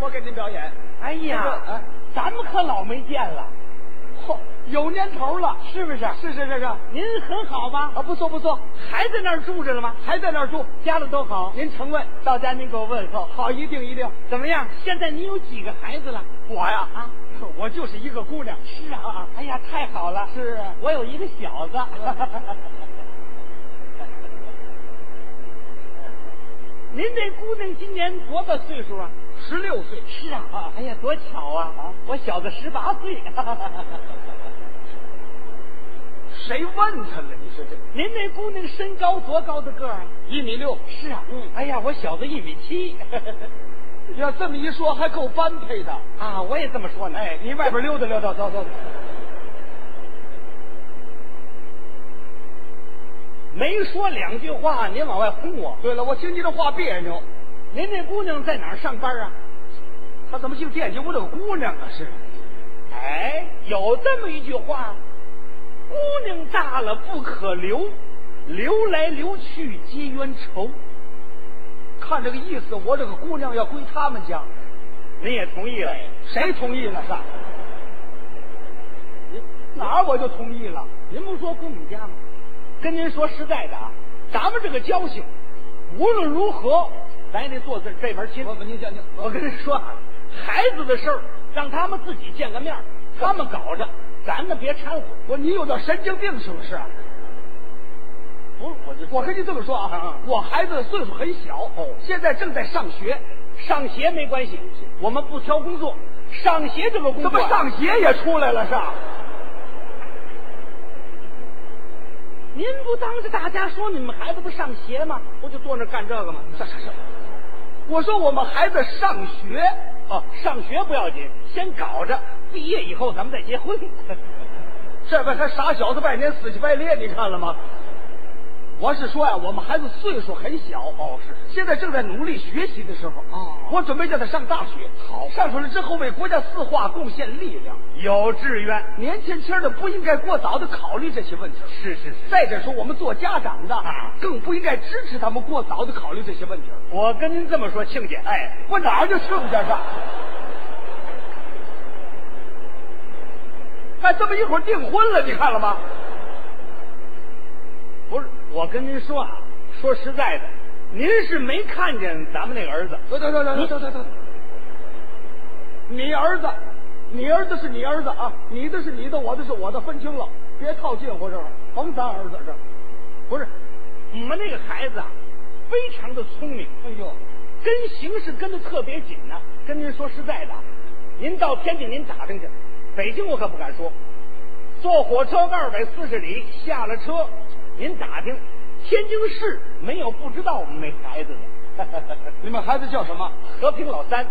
我给您表演。哎呀，哎咱们可老没见了，嚯，有年头了，是不是？是是是是，啊，您很好吧？不错不错，还在那儿住着了吗？还在那儿住。家里都好，您承问，到家您给我问候，好，一定一定。怎么样？现在您有几个孩子了？我呀，啊，我就是一个姑娘。是啊，哎呀，太好了，是啊我有一个小 子。您这姑娘今年多大岁数啊？十六岁，是啊，哎呀，多巧啊！啊我小子十八岁。啊谁问他了？你说这您这姑娘身高多高的个儿啊？一米六，是啊，嗯哎呀，我小子一米七。 要这么一说，还够般配的。啊，我也这么说呢。哎，你外边溜达溜达，走走走。没说两句话，您往外轰我。对了，我听你这话别扭，您这姑娘在哪儿上班啊？他怎么净惦记我这个姑娘啊？是，哎，有这么一句话：姑娘大了不可留，留来留去皆冤仇。看这个意思，我这个姑娘要归他们家，您也同意了？谁同意了？是？哪儿我就同意了。您不说归你家吗？跟您说实在的啊，咱们这个交情，无论如何，咱也得做这这门亲。我您讲讲，我跟您说啊，孩子的事儿，让他们自己见个面儿，他们搞着，咱们别掺和。我你有点神经病是不是？啊不是，我就我跟你这么说啊啊啊，我孩子岁数很小，哦，现在正在上学，上学没关系，我们不挑工作，上学这个工怎作啊，么上学也出来了是吧？您不当着大家说你们孩子不上学吗？不就坐那儿干这个吗？是是是，我说我们孩子上学，哦，上学不要紧，先搞着，毕业以后咱们再结婚。 这不他傻小子拜年死乞白咧，你看了吗？我是说呀、我们孩子岁数很小，哦是，现在正在努力学习的时候，哦我准备叫他上大学，好，上出来之后为国家四化贡献力量。有志愿，年轻轻的不应该过早的考虑这些问题，是是是。再者说，我们做家长的啊更不应该支持他们过早的考虑这些问题。我跟您这么说，庆姐，哎，我哪儿就去不去上？哎，这么一会儿订婚了，你看了吗？不是，我跟您说啊，说实在的，您是没看见咱们那个儿子，对对对对对对对对，你儿子，你儿子是你儿子啊，你的是你的，我的是我的，分清了，别套近乎这玩意儿，甭咱儿子这。不是，我们那个孩子啊，非常的聪明，哎呦，跟形势跟的特别紧呢、跟您说实在的啊，您到天津您打听去，北京我可不敢说。坐火车二百四十里下了车，您打听，天津市没有不知道我们那孩子的。 你们孩子叫什么？和平老三，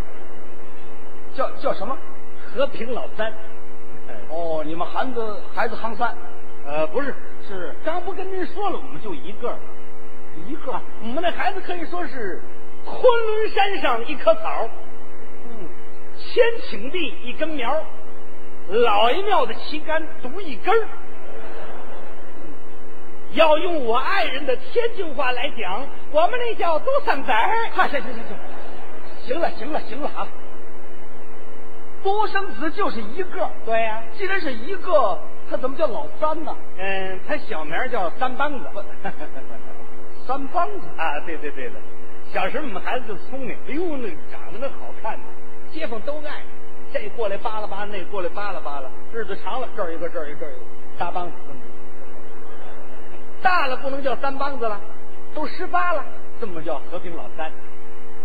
叫叫什么？和平老三，哦，你们孩子孩子行三，呃，不是，是刚不跟您说了，我们就一个儿吗，一个啊。我们那孩子可以说是昆仑山上一棵草，嗯，千顷地一根苗，老爷庙的旗杆独一根儿。要用我爱人的天津话来讲，我们那叫多三仔儿。嗨，行行行行，行了行了行了啊！独生子就是一个，对呀、既然是一个，他怎么叫老三呢？嗯，他小名叫三帮 子。三帮子，啊，对对对了，小时候我们孩子就聪明，哎呦，那长得那好看呢，街坊都爱，这过来扒拉扒拉，那过来扒拉扒拉，日子长了，这儿一个这儿一个这儿一个，大帮子。大了不能叫三帮子了，都十八了，这么叫和平老三。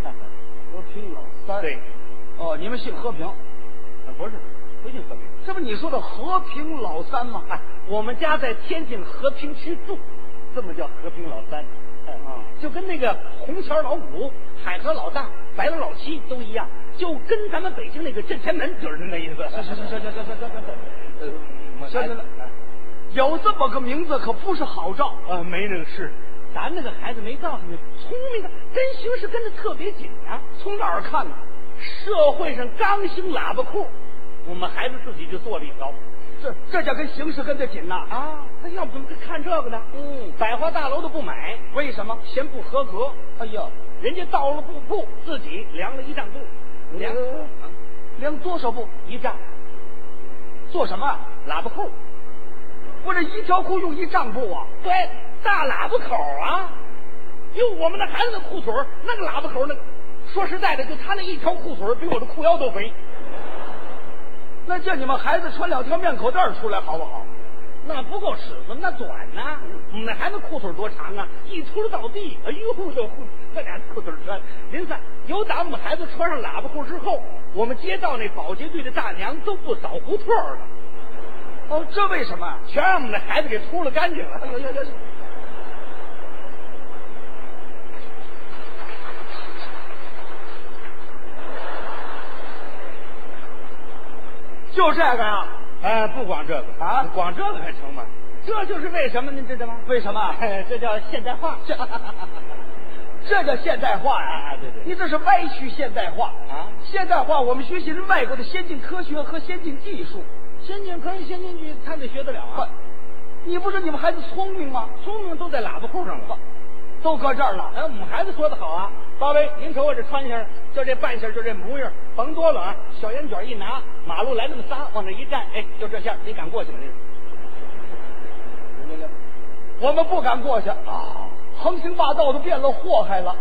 和平老三对，，哦，你们姓和平，啊不是，不姓和平。这不你说的和平老三吗？哎，我们家在天津和平区住，这么叫和平老三。哎啊就跟那个红桥老五、海河老大、白楼老七都一样，就跟咱们北京那个镇前门就是那意 思。行行行行行行行行行，呃行行了，有这么个名字可不是好兆。呃，没那个事。咱那个孩子没告诉你，聪明啊，跟形势跟的特别紧啊。从哪儿看呢？社会上刚兴喇叭裤，我们孩子自己就做了一条这这叫跟形势跟得紧呐！啊。他要不怎么看这个呢？嗯，百货大楼都不买，为什么？嫌不合格。哎呀，人家到了布铺，自己量了一丈布，量、呃量多少步？一丈，做什么？喇叭裤，我这一条裤用一丈布啊！对，大喇叭口啊，用我们那孩子的裤腿儿那个喇叭口那个，说实在的，就他那一条裤腿儿比我的裤腰都肥，那叫你们孩子穿两条面口袋儿出来好不好？那不够尺寸，那短呐、我们那孩子裤腿儿多长啊，一秃噜到地，哎呦呦， 那俩裤腿儿穿。您看，有打我们孩子穿上喇叭裤之后，我们街道那保洁队的大娘都不扫胡同儿了，哦，这为什么？全让我们那孩子给秃噜干净了。哎呦呦呦！就这个呀、哎，不光这个啊光这个还成吗？这就是为什么您知道吗？为什么？哎，这叫现代 化。这这叫现代化呀、啊对对你这是歪曲现代化啊现代化，我们学习是外国的先进科学和先进技术。先进科学、先进剧，他得学得了不啊。，你不是你们孩子聪明吗？聪明都在喇叭裤上了。都搁这儿了。哎，我们孩子说的好啊，八威，您瞅我这穿相，就这扮相，就这模样，甭多了啊。小烟卷一拿，马路来那么仨，往这一站，哎，就这相，你敢过去吗？您，那个，我们不敢过去啊，横行霸道的变了祸害了。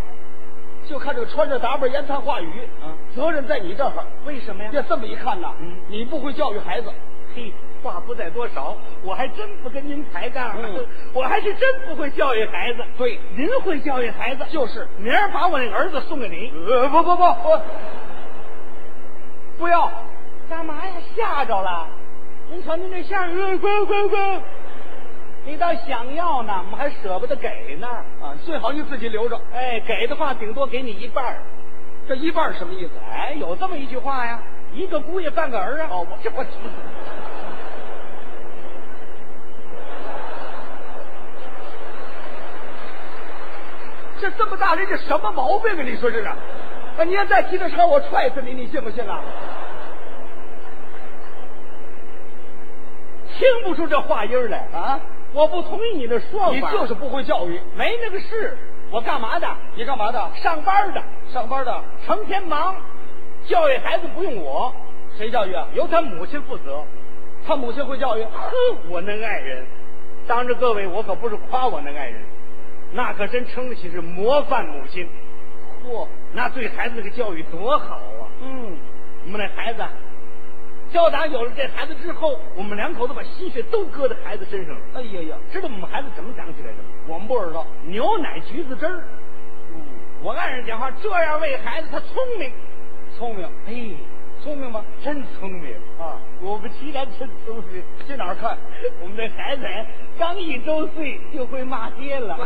就看这个穿着打扮、言谈话语，嗯责任在你这儿。为什么呀？要这么一看呐，嗯你不会教育孩子。嘿，话不在多少，我还真不跟您抬杠，嗯我还是真不会教育孩子。对，您会教育孩子，就是，明儿把我那儿子送给您。呃，不不不，我不要，干嘛呀？吓着了？您瞧您这相儿，呃滚滚滚！你倒想要呢，我们还舍不得给呢。啊，最好你自己留着。哎，给的话顶多给你一半儿。这一半儿什么意思？啊哎，有这么一句话呀，一个姑爷半个儿啊。哦，我这我这这么大人，这什么毛病啊？你说这是？啊，你要再提这茬儿，我踹死你，你信不信啊？听不出这话音儿来啊！啊，我不同意你的说法，你就是不会教育，没那个事。我干嘛的？你干嘛的？上班的，上班的，成天忙，教育孩子不用我，谁教育啊？由他母亲负责。他母亲会教育。哼，我能爱人，当着各位，我可不是夸我能爱人，那可真称得起是模范母亲。嚯，那对孩子这个教育多好啊！嗯，我们那孩子啊，教导有了这孩子之后，我们两口子把心血都搁在孩子身上了。哎呀呀，知道我们孩子怎么长起来的吗？我们不知道。牛奶橘子汁儿。嗯，我爱人讲话这样喂孩子，他聪明，聪明，哎，聪明吧？真聪明啊，我们齐然真聪 明。去哪儿看？我们那孩子刚一周岁就会骂街 了。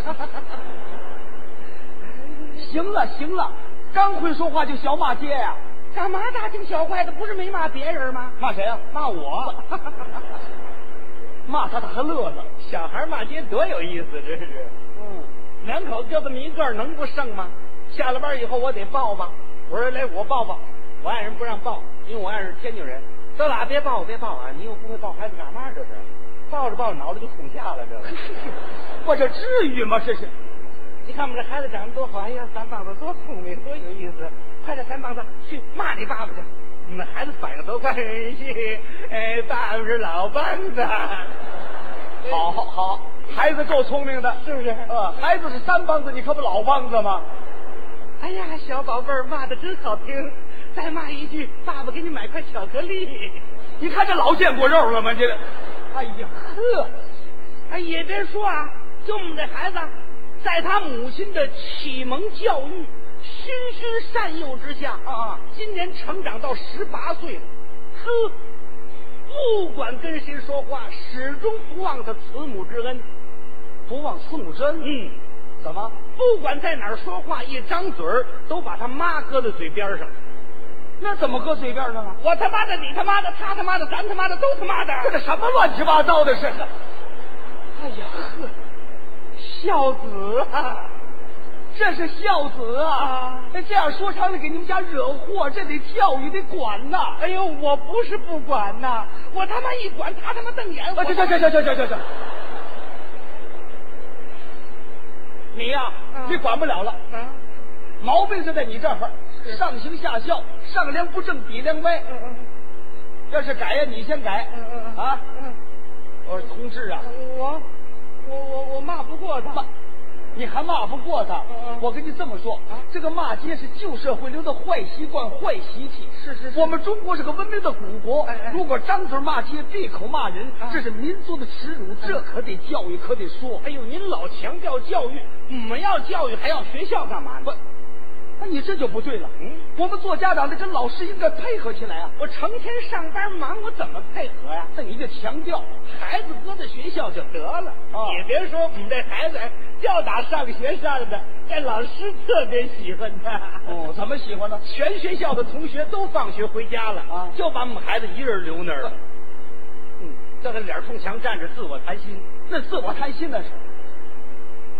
行了行了，刚会说话就小骂街呀、干嘛大惊小怪的？不是没骂别人吗？骂谁呀、骂 我，骂他他还乐呢。小孩骂街多有意思，真是。嗯，两口子就这么一个儿，能不剩吗？下了班以后我得抱吧，我说来我抱抱，我爱人不让抱，因为我爱人是天津人，咱俩别抱我别抱啊，你又不会抱孩子干嘛这是？抱着抱着脑袋就捅下了这 个。 我这至于吗？这是你看我们这孩子长得多好，哎呀，咱爸爸多聪明，多有意思！快点，咱爸爸去骂你爸爸去。我们孩子反应都快，哎，爸爸是老棒子， 好好好，孩子够聪明的。是不是？啊，孩子是三帮子，你可不老帮子吗？哎呀，小宝贝儿骂的真好听，再骂一句，爸爸给你买块巧克力。你看这老见过肉了吗？这个，哎呀呵，哎，也别说啊，就我们这孩子啊，在他母亲的启蒙教育、循循善诱之下啊今年成长到十八岁了，呵，不管跟谁说话，始终不忘他慈母之恩。不忘父母之恩。嗯，怎么？不管在哪儿说话，一张嘴儿都把他妈搁在嘴边上。那怎么搁嘴边上啊？我他妈的，你他妈的，他他妈的，咱他妈的，都他妈的。这什么乱七八糟的事？啊哎呀呵，孝子啊！这是孝子啊啊！那这样说长了，给你们家惹祸，这得教育，得管呐！哎呦，我不是不管呐、我他妈一管，他他妈瞪眼。啊，我这这这这这这这你呀、嗯你管不了了。啊！毛病是在你这儿，上行下效，上梁不正底梁歪。嗯嗯要是改呀，你先改。嗯嗯嗯啊，嗯，我说同志啊，我我我我骂不过他骂，你还骂不过他嗯嗯。我跟你这么说啊，这个骂街是旧社会留的坏习惯、坏习气。是嗯是是我们中国是个文明的古国哎哎，如果张嘴骂街、闭口骂人啊，这是民族的耻辱，这可得教育，可得说。哎呦，您老强调教育，我们要教育还要学校干嘛呢？不，那你这就不对了。嗯我们做家长的跟老师应该配合起来啊。我成天上班忙，我怎么配合呀、那你就强调，孩子搁在学校就得了，哦也别说我们这孩子吊打上学上的，这老师特别喜欢他。 哦，怎么喜欢呢？全学校的同学都放学回家了啊就把我们孩子一人留那 儿了。嗯，这个脸冲墙站着，自我谈心。那自我贪心那是，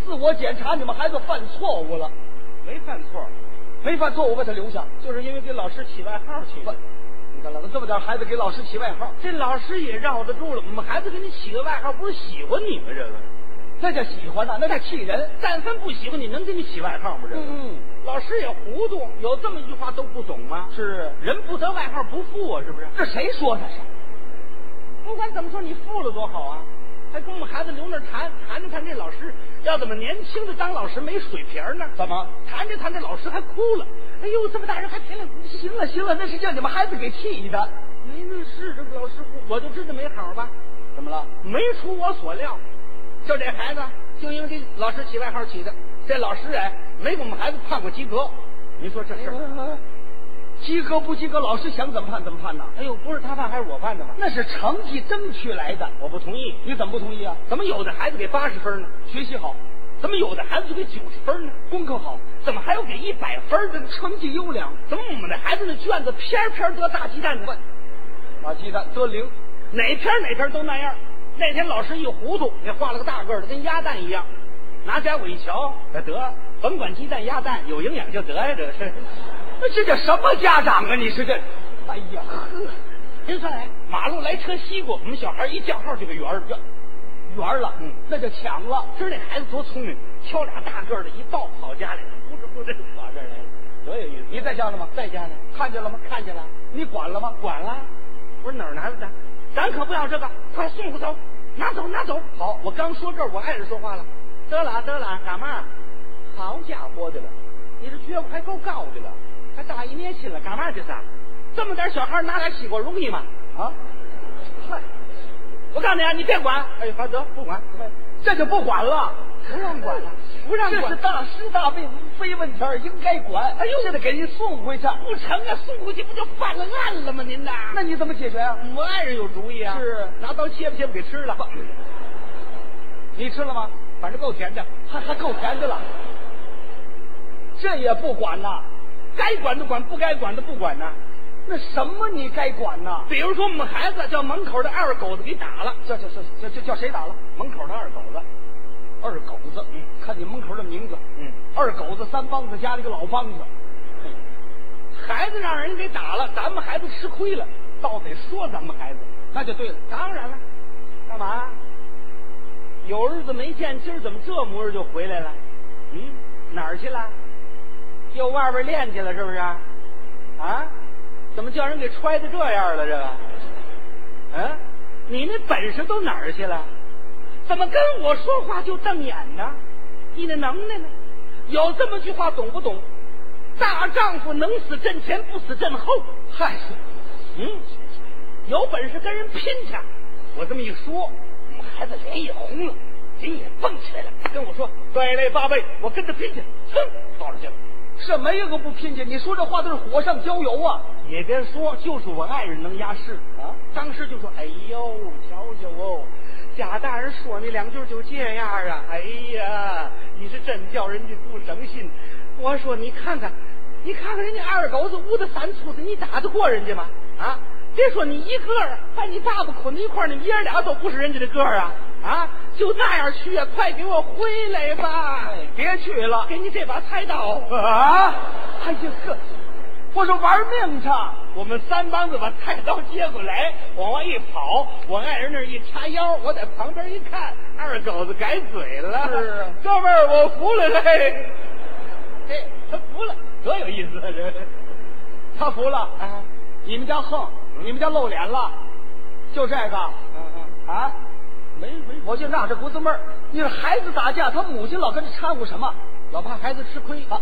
自我检查你们孩子犯错误了，没犯错，没犯错误把他留下。就是因为给老师起外号去不的。你看了，这么点孩子给老师起外号，这老师也绕得住了，我们孩子给你起个外号，不是喜欢你吗？这个，那叫喜欢呐、那叫气人。但凡不喜欢你，能给你起外号吗？这个，嗯老师也糊涂，有这么一句话都不懂吗？是，人不得外号不富啊，是不是？这谁说的是？哎不管怎么说，你富了多好啊！还跟我们孩子留那儿谈谈着谈这老师，要怎么年轻的当老师没水平呢？怎么？谈着谈着老师还哭了，哎呦，这么大人还赔了，行了行了，那是叫你们孩子给气的。您这是这个老师糊，我就知道没好吧？怎么了？没出我所料，就这孩子就因为给老师起外号起的，这老师哎没给我们孩子判过及格，您说这事哎儿？及格不及格，老师想怎么判怎么判呐？哎呦，不是他判还是我判的吧？那是成绩争取来的，我不同意，你怎么不同意啊？怎么有的孩子给八十分呢？学习好，怎么有的孩子就给九十分呢？功课好，怎么还有给一百分的？成绩优良，怎么我们的孩子的卷子篇篇得大鸡蛋呢？把鸡蛋得零。哪篇哪篇都那样。那天老师一糊涂，给画了个大个儿的，跟鸭蛋一样。拿家我一瞧，哎得，甭管鸡蛋鸭蛋，有营养就得呀，这是。那这叫什么家长啊？你是这？哎呀，呵，您看，哎马路来车西过，我们小孩一叫号就给圆儿了。圆儿了，嗯那叫抢了。知道那孩子多聪明，挑俩大个儿的一抱跑家里， 咕哧咕哧跑这儿来了，多有意思！啊你在家了吗？在家呢，看见了吗？看见了，你管了吗？管了。我说哪儿拿的蛋？咱可不要这个，快送过走，拿走拿走。好我刚说这儿，我爱人说话了，得了啊得了啊，干嘛？好家伙的了，你这觉悟还够高的了，还大义灭亲了，干嘛这是？啊这么点小孩拿来洗过容易吗？啊，嗨，我告诉你啊，你别管。哎，反正不管，这就不管了，不让管了，不让这管是。大是大非非问题儿，应该管。哎呦，这得给人送回去。不成啊，送回去不就犯了案了吗？您呐，那你怎么解决啊？我爱人有主意啊，是拿刀切吧切吧给吃了，你吃了吗？反正够甜的。还还够甜的了，这也不管呐？该管的管，不该管的不管呐。那什么你该管呐？比如说，我们孩子叫门口的二狗子给打了，这这这这这叫谁打了？门口的二狗子，二狗子，嗯看你门口的名字，嗯，二狗子三帮子加了一个老帮子，孩子让人给打了，咱们孩子吃亏了，倒得说咱们孩子。那就对了。当然了，干嘛？有日子没见，今儿怎么这模样就回来了？嗯，哪儿去了？又外边练去了是不是？啊？怎么叫人给揣的这样了？这个，嗯、你那本事都哪儿去了？怎么跟我说话就瞪眼呢？你那能耐呢？有这么句话懂不懂？大丈夫能死阵前，不死阵后。嗨，嗯，有本事跟人拼去！我这么一说，我们孩子脸也红了，人也蹦起来了，跟我说：“对嘞，八贝，我跟着拼去！”哼，倒出去了。这没有个不拼去。你说这话都是火上浇油啊！也别说，就是我爱人能压事啊！当时就说：“哎呦，瞧瞧哦，贾大人说你两句就这样啊！哎呀，你是真叫人家不省心。我说你看看，你看看人家二狗子捂着三粗子，你打得过人家吗？啊！别说你一个儿，把你爸爸捆在一块儿，你们爷儿俩都不是人家的个儿啊！啊，就那样去啊！快给我回来吧！哎，别去了给你这把菜刀。啊！哎呀呵，我说玩命去，我们三帮子把菜刀接过来，往外一跑，我爱人那儿一叉腰，我在旁边一看，二狗子改嘴了，是哥们儿，我服了嘞。哎，他服了，多有意思啊！这他服了。啊你们家横，你们家露脸了，就这个啊啊！啊！没没我就纳着股子闷儿。你说孩子打架，他母亲老跟着掺和什么？老怕孩子吃亏啊，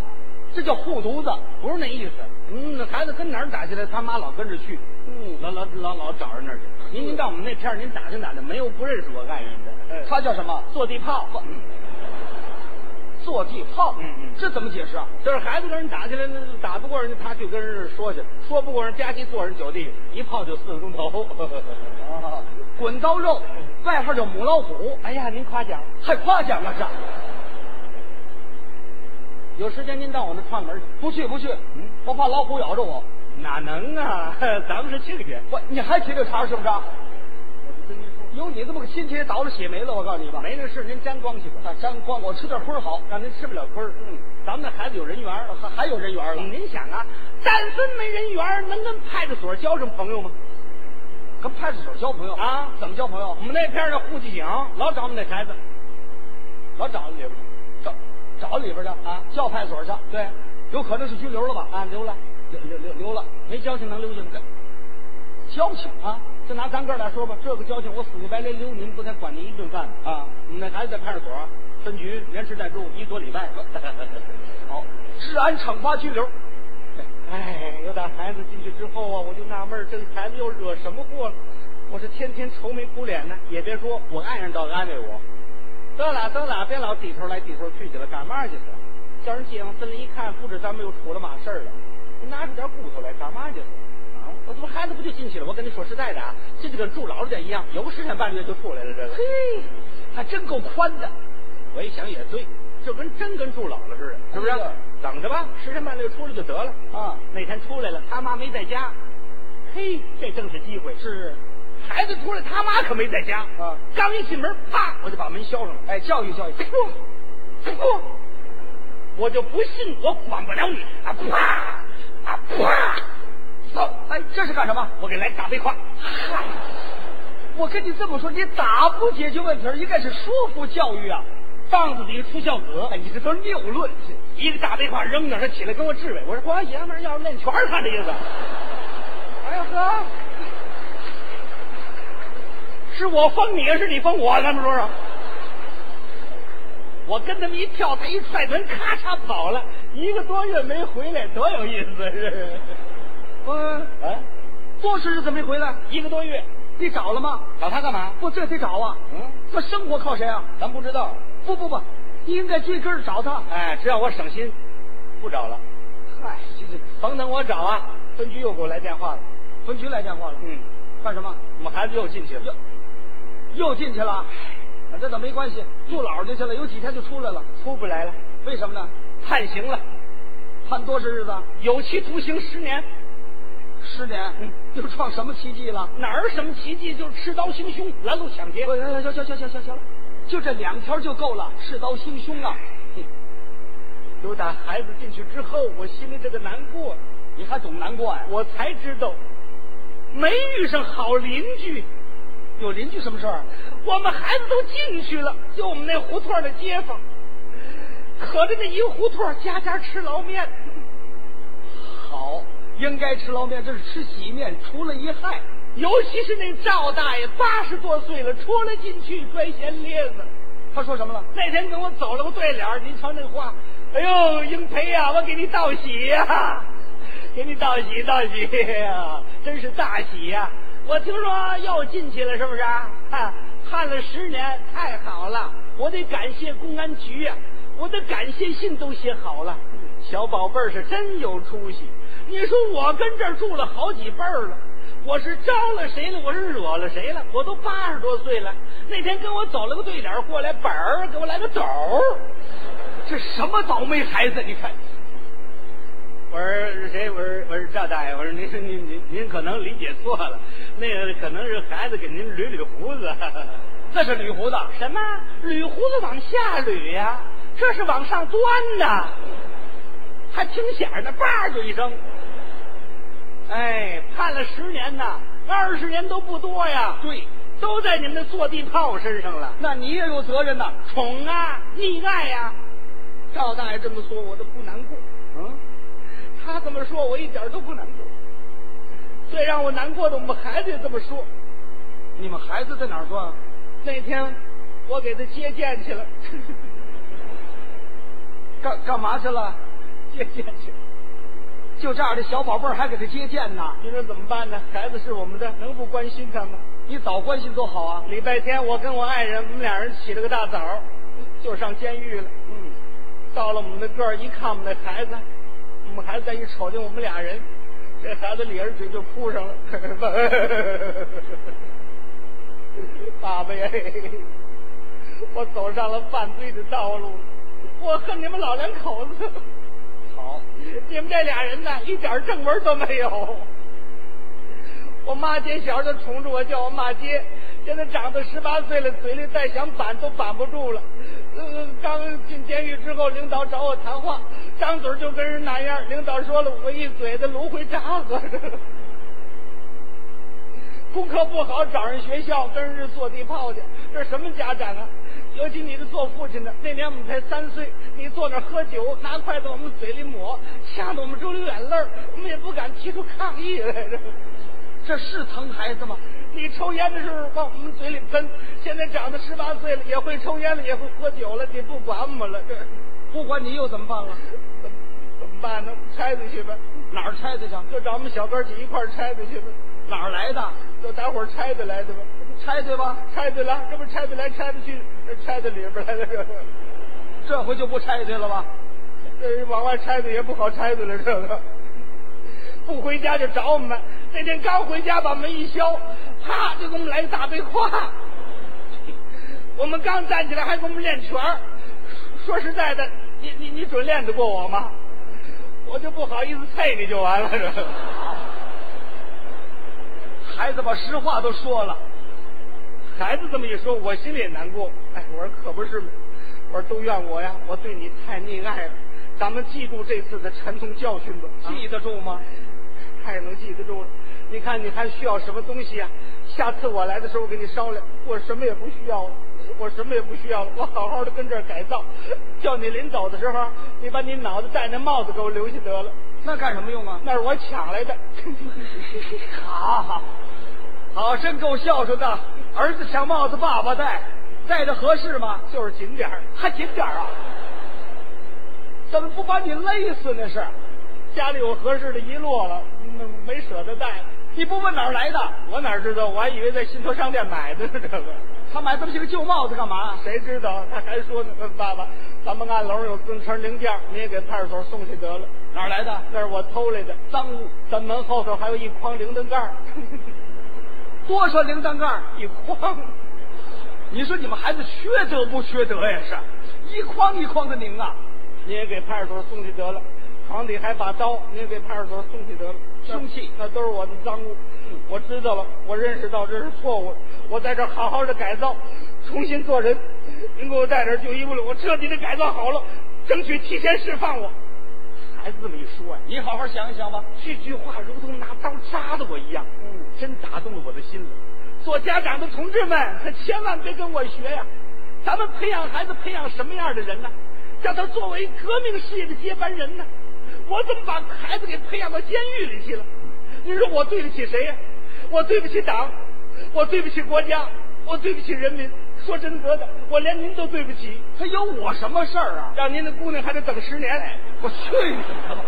这叫护犊子。不是那意思。嗯，那孩子跟哪儿打起来，他妈老跟着去，嗯老老老老找人那儿去。您您到我们那片儿，您打听打听，没有不认识我爱人的。他叫什么？坐地炮，坐地炮。嗯嗯这怎么解释啊？就是孩子跟人打起来，那打不过人家，他去跟人家说去，说不过人家，家鸡坐人九地，一炮就四个钟头。 哦啊，滚刀肉，外号叫母老虎，哎呀，您夸奖，还夸奖了这？有时间您到我那串门去。不去不去，我怕老虎咬着我。哪能啊？ 咱们是亲家。我你还提这茬儿是不是啊？我就跟您说，有你这么个亲戚，倒了血霉了，我告诉你吧。没那事，您沾光去吧，啊，沾光，我吃点亏儿好，让您吃不了亏儿。嗯，咱们那孩子有人缘儿。还还有人缘了。嗯您想啊，但凡没人缘儿，能跟派出所交上朋友吗？跟派出所交朋友啊怎么交朋友我？们那边儿的户籍警老找我们那孩子，老找里边儿。找找里边去啊叫派出所去。对，有可能是拘留了吧？啊，留了，留留留留了，没交情能留下吗？交情啊，就拿咱哥俩说吧，这个交情我死乞白赖留您，不才管您一顿饭吗？啊。我们那孩子在派出所分局连吃带住一多礼拜。好，治安惩罚拘留。 哎，有打孩子进去之后啊，我就纳闷儿，这个孩子又惹什么祸了？我是天天愁眉苦脸呢。也别说，我爱人倒安慰我，得了得了，别老低头来低头去去了，干嘛去了？叫人街坊村里一看，不知咱们又出了嘛事儿了。你拿出点骨头来干嘛去了？啊，我这不孩子不就进去了？我跟你说实在的啊，这就跟住老人家一样，有个十天半个月就出来了。这个，嘿，还真够宽的。我一想也对，就跟真跟住老了似的，是不是哎呀？等着吧，十天半个月出来就得了。啊，那天出来了，他妈没在家。嘿，这正是机会。是，孩子出来，他妈可没在家啊刚一进门，啪，我就把门销上了。哎，教育教育。噗噗我就不信我管不了你啊！啪啊啪！走，哎，这是干什么？我给你来大背胯。嗨，我跟你这么说，你打不解决问题儿，应该是说服教育啊。棒子底下出孝子，哎，你这都是谬论。一个大背胯扔那儿，他起来跟我质问。我说光爷们儿要是练拳儿，他这意思。哎呀呵，是我封你，是你封我，咱们说说。我跟他们一跳，他一踹门，咔嚓跑了，一个多月没回来，多有意思啊！是嗯，啊，多些日子没回来，一个多月，你找了吗？找他干嘛？不，这得找啊。嗯，这生活靠谁啊？咱不知道。不不不，你应该追根儿找他。哎，只要我省心，不找了。嗨，这这甭等我找啊，分局又给我来电话了。分局来电话了。嗯，干什么？我们孩子又进去了又。又进去了？哎这倒没关系，住老家去了，有几天就出来了。出不来了，为什么呢？判刑了，判多少日子？有期徒刑十年。十年。嗯又创什么奇迹了？哪儿什么奇迹？就是持刀行凶、拦路抢劫。行行行行行行行了，就这两条就够了，世刀行凶啊！有打孩子进去之后，我心里这个难过，你还懂难过呀、我才知道，没遇上好邻居。有邻居什么事儿？啊我们孩子都进去了，就我们那胡同儿的街坊，可着那一胡同儿家家吃捞面，好，应该吃捞面，这是吃喜面，除了一害。尤其是那赵大爷八十多岁了，出来进去拽闲咧子。他说什么了？那天跟我走了个对脸儿，您瞧那话，哎呦，英培呀、我给你道喜呀、 给你道喜道喜 呀、真是大喜呀、我听说又进去了，是不是啊？啊判了十年，太好了！我得感谢公安局呀、我的感谢信都写好了。小宝贝儿是真有出息，你说我跟这儿住了好几辈儿了。我是招了谁了？我是惹了谁了？我都八十多岁了，那天跟我走了个对脸儿过来，本儿给我来个斗儿。这什么倒霉孩子？你看，我说谁？我说我说赵大爷，我说您您您您可能理解错了，那个可能是孩子给您捋捋胡子。那是捋胡子。什么？捋胡子往下捋呀、这是往上端呐，还听响儿呢，叭就一声。哎，判了十年呐，二十年都不多呀，对，都在你们那坐地炮身上了。那你也有责任呐。啊宠啊，溺爱呀、赵大爷这么说，我都不难过。嗯，他这么说，我一点都不难过。最让我难过的，我们孩子也这么说。你们孩子在哪儿钻啊？那天我给他接见 去了，干干嘛去了？接见去。就这样的小宝贝儿还给他接见呢？你说怎么办呢？孩子是我们的，能不关心他吗？你早关心多好啊！礼拜天，我跟我爱人，我们俩人起了个大早儿，就上监狱了。嗯，到了我们那个儿，一看我们那孩子，我们孩子再一瞅见我们俩人，这孩子咧着嘴就哭上了。 爸爸呀，我走上了犯罪的道路，我恨你们老两口子，好，你们这俩人呐，一点正门都没有。我妈姐小时候就宠着我，叫我骂街。现在长到十八岁了，嘴里再想板都板不住了。呃，刚进监狱之后，领导找我谈话，张嘴就跟人那样。领导说了，我一嘴的芦荟渣子。 功课不好，找人学校跟人家坐地炮去，这什么家长啊？尤其你是做父亲的，那年我们才三岁，你坐那儿喝酒，拿筷子往我们嘴里抹，吓得我们直流眼泪儿，我们也不敢提出抗议来着。这是疼孩子吗？你抽烟的时候往我们嘴里喷，现在长到十八岁了，也会抽烟了，也会喝酒了，你不管我们了，这不管你又怎么办了？怎么怎么办呢？拆他去吧，哪儿拆的去？就找我们小哥几一块儿拆他去吧，哪儿来的？就大伙儿拆的来的吧，拆对吧？拆的来，这不拆的来拆的去，呃拆的里边儿来了这个，这回就不拆对了吧？这往外拆的也不好拆的了这个。 不回家就找我们，那天刚回家把门一敲，啪就给我们来一大背胯。 我们刚站起来还给我们练拳儿说实在的，你你你准练得过我吗？我就不好意思啐你就完了。这孩子把实话都说了，孩子这么一说，我心里也难过。哎，我说可不是嘛，我说都怨我呀，我对你太溺爱了。咱们记住这次的沉痛教训吧，啊记得住吗？太能记得住了。你看，你还需要什么东西啊？下次我来的时候，我给你商量。我什么也不需要了，我什么也不需要了。我好好的跟这儿改造。叫你临走的时候，你把你脑袋戴那帽子给我留下得了，那干什么用啊？那是我抢来的。 好好，好，真够孝顺的。儿子抢帽子，爸爸戴，戴的合适吗？就是紧点儿，还紧点儿啊！怎么不把你勒死那是？家里有合适的遗落了，那没舍得带。你不问哪儿来的？我哪知道？我还以为在信托商店买的呢，这个。他买这么些个旧帽子干嘛？谁知道？他还说呢，爸爸，咱们按楼有自行零件，你也给派出所送去得了。哪儿来的？那是我偷来的。赃物咱门后头还有一筐铃铛盖儿，多少铃铛盖儿？一筐。你说你们孩子缺德不缺德呀？是，一筐一筐的拧啊！你也给派出所送去得了，床底还把刀，你也给派出所送去得了。凶器那都是我的赃物，我知道了，我认识到这是错误，我在这儿好好的改造，重新做人。您给我带点旧衣服了，我彻底的改造好了，争取提前释放我。孩子这么一说呀、你好好想一想吧。这句话如同拿刀扎的我一样，嗯，真打动了我的心了。做家长的同志们，可千万别跟我学呀！咱们培养孩子培养什么样的人呢？让他作为革命事业的接班人呢？我怎么把孩子给培养到监狱里去了？你说我对得起谁呀？我对不起党，我对不起国家，我对不起人民。说真格的，我连您都对不起，他有我什么事儿啊？哎让您的姑娘还得等十年。我去你的吧！